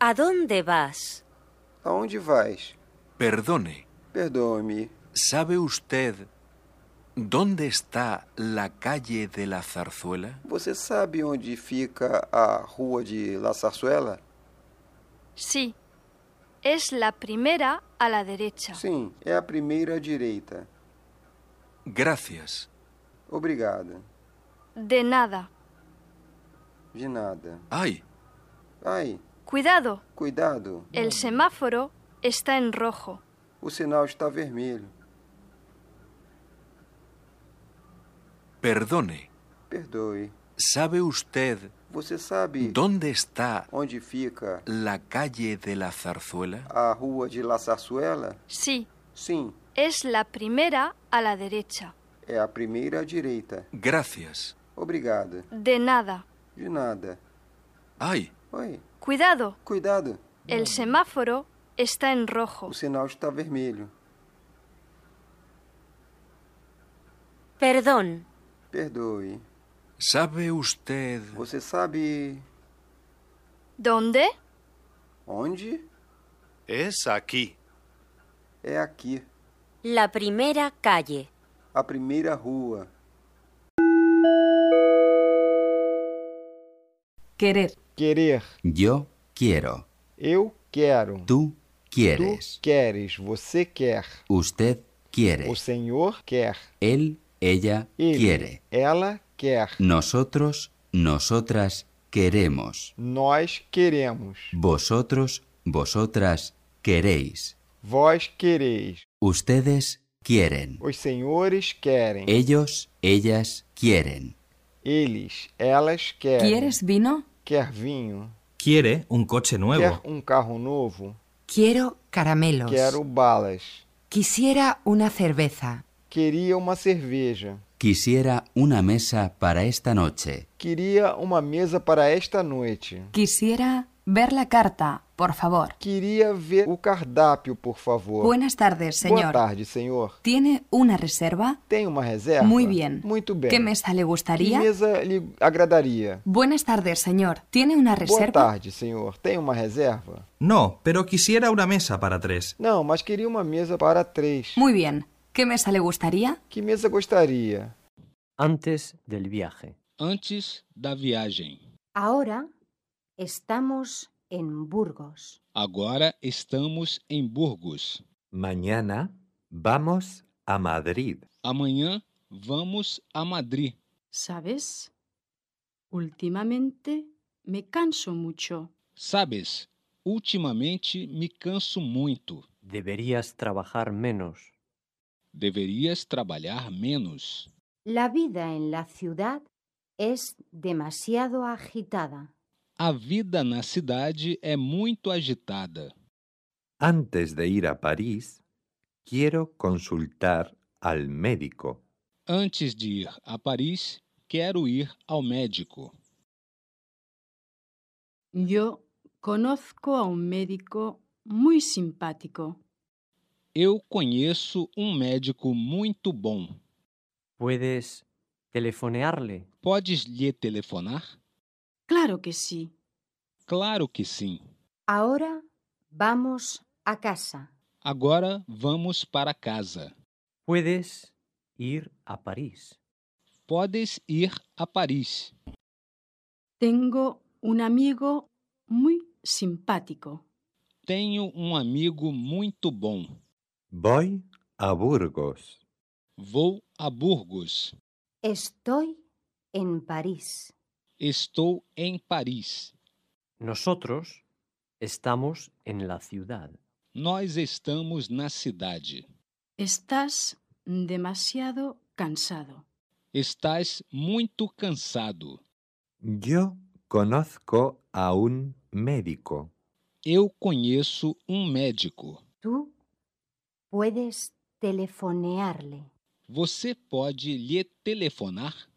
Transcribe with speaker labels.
Speaker 1: ¿A dónde vas?
Speaker 2: Aonde vais?
Speaker 3: Perdone,
Speaker 2: Perdoe-me.
Speaker 3: ¿sabe usted dónde está la calle de la zarzuela?
Speaker 2: Você sabe onde fica a rua de La Sarsuela?
Speaker 4: Sí. Es la primera a la derecha.
Speaker 2: Sim, é a primeira à direita.
Speaker 3: Gracias.
Speaker 2: Obrigada.
Speaker 4: De nada.
Speaker 2: De nada.
Speaker 3: ¡Ay!
Speaker 2: Ai,
Speaker 4: Cuidado.
Speaker 2: cuidado.
Speaker 4: El semáforo está en rojo.
Speaker 2: O sinal está vermelho.
Speaker 3: Perdone,
Speaker 2: Perdoe.
Speaker 3: ¿sabe usted
Speaker 2: Você sabe
Speaker 3: dónde está
Speaker 2: onde fica
Speaker 3: la calle de la zarzuela?
Speaker 2: a rua de La Sarsuela?
Speaker 4: Sí.
Speaker 2: Sim,
Speaker 4: Es la primera a la derecha.
Speaker 2: é a primeira à direita.
Speaker 3: Gracias.
Speaker 2: Obrigada.
Speaker 4: De nada.
Speaker 2: De nada.
Speaker 3: ¡Ay!
Speaker 2: Oi,
Speaker 4: Cuidado.
Speaker 2: cuidado.
Speaker 4: El semáforo está en rojo.
Speaker 2: O sinal está vermelho.
Speaker 1: Perdón.
Speaker 2: Perdoe.
Speaker 3: ¿Sabe usted
Speaker 2: Você sabe
Speaker 4: ¿Dónde?
Speaker 2: onde?
Speaker 5: Es aquí.
Speaker 2: É aqui,
Speaker 1: La primera calle.
Speaker 2: a primeira rua.
Speaker 6: Querer.
Speaker 7: Querer.
Speaker 8: Yo quiero.
Speaker 7: Eu quero.
Speaker 8: Tú
Speaker 7: Tu
Speaker 8: quieres.
Speaker 7: queres. Você quer.
Speaker 8: Usted quiere.
Speaker 7: O senhor quer.
Speaker 8: Él, ella
Speaker 7: Ele.
Speaker 8: quiere.
Speaker 7: Ela quer.
Speaker 8: Nosotros, nosotras queremos.
Speaker 7: Nós queremos.
Speaker 8: Vosotros, vosotras queréis.
Speaker 7: Vós quereis.
Speaker 8: Ustedes quieren.
Speaker 7: Os senhores querem.
Speaker 8: Ellos, ellas quieren.
Speaker 7: Eles, elas querem.
Speaker 6: ¿Quieres vino?
Speaker 7: Quer vinho.
Speaker 9: Quiere un coche nuevo.
Speaker 7: Quer um carro novo.
Speaker 10: Quiero caramelos.
Speaker 7: Quero balas.
Speaker 10: Quisiera una cerveza.
Speaker 7: Queria uma cerveja.
Speaker 8: Quisiera una mesa para esta noche.
Speaker 7: Queria uma mesa para esta noite.
Speaker 6: Quisiera ver la carta, por favor.
Speaker 7: Queria ver o cardápio, por favor.
Speaker 10: Buenas tardes,
Speaker 7: Boa
Speaker 10: señor.
Speaker 7: tarde, senhor.
Speaker 6: ¿Tiene una reserva?
Speaker 7: Tem uma reserva?
Speaker 6: Muy bien.
Speaker 7: Muito bem.
Speaker 6: ¿Qué mesa le
Speaker 7: Que
Speaker 6: gustaría?
Speaker 7: mesa lhe agradaria?
Speaker 6: Buenas tardes, señor. ¿Tiene una
Speaker 7: Boa
Speaker 6: reserva?
Speaker 7: tarde, senhor. Tem uma reserva?
Speaker 9: No, pero quisiera una mesa para tres.
Speaker 7: Não, mas queria uma mesa para três.
Speaker 6: Muy bien. ¿Qué mesa le gustaría?
Speaker 7: Que mesa gostaria?
Speaker 11: Antes del viaje.
Speaker 12: Antes da viagem.
Speaker 13: Ahora estamos en Burgos.
Speaker 12: Agora estamos em Burgos.
Speaker 11: Mañana vamos a Madrid.
Speaker 12: Amanhã vamos a Madrid.
Speaker 14: ¿Sabes? Últimamente me canso mucho.
Speaker 12: Sabes, ultimamente me canso muito.
Speaker 11: Deberías trabajar menos.
Speaker 12: Deverias trabalhar menos.
Speaker 13: La vida en la ciudad es demasiado agitada.
Speaker 12: A vida na cidade é muito agitada.
Speaker 11: Antes de ir a París, quiero consultar al médico.
Speaker 12: Antes de ir a Paris, quero ir ao médico.
Speaker 14: Yo conozco a un médico muy simpático.
Speaker 12: Eu conheço um médico muito bom.
Speaker 11: ¿Puedes telefonearle?
Speaker 12: Podes lhe telefonar?
Speaker 14: Claro que sí.
Speaker 12: Claro que sim.
Speaker 13: Ahora vamos a casa.
Speaker 12: Agora vamos para casa.
Speaker 11: ¿Puedes ir a París?
Speaker 12: Podes ir a Paris.
Speaker 14: Tengo un amigo muy simpático.
Speaker 12: Tenho um amigo muito bom.
Speaker 11: Voy a Burgos.
Speaker 12: Vou a Burgos.
Speaker 13: Estoy en París.
Speaker 12: Estou em Paris.
Speaker 11: Nosotros estamos en la ciudad.
Speaker 12: Nós estamos na cidade.
Speaker 14: Estás demasiado cansado.
Speaker 12: Estás muito cansado.
Speaker 11: Yo conozco a un médico.
Speaker 12: Eu conheço um médico.
Speaker 13: Tú puedes telefonearle.
Speaker 12: Você pode lhe telefonar?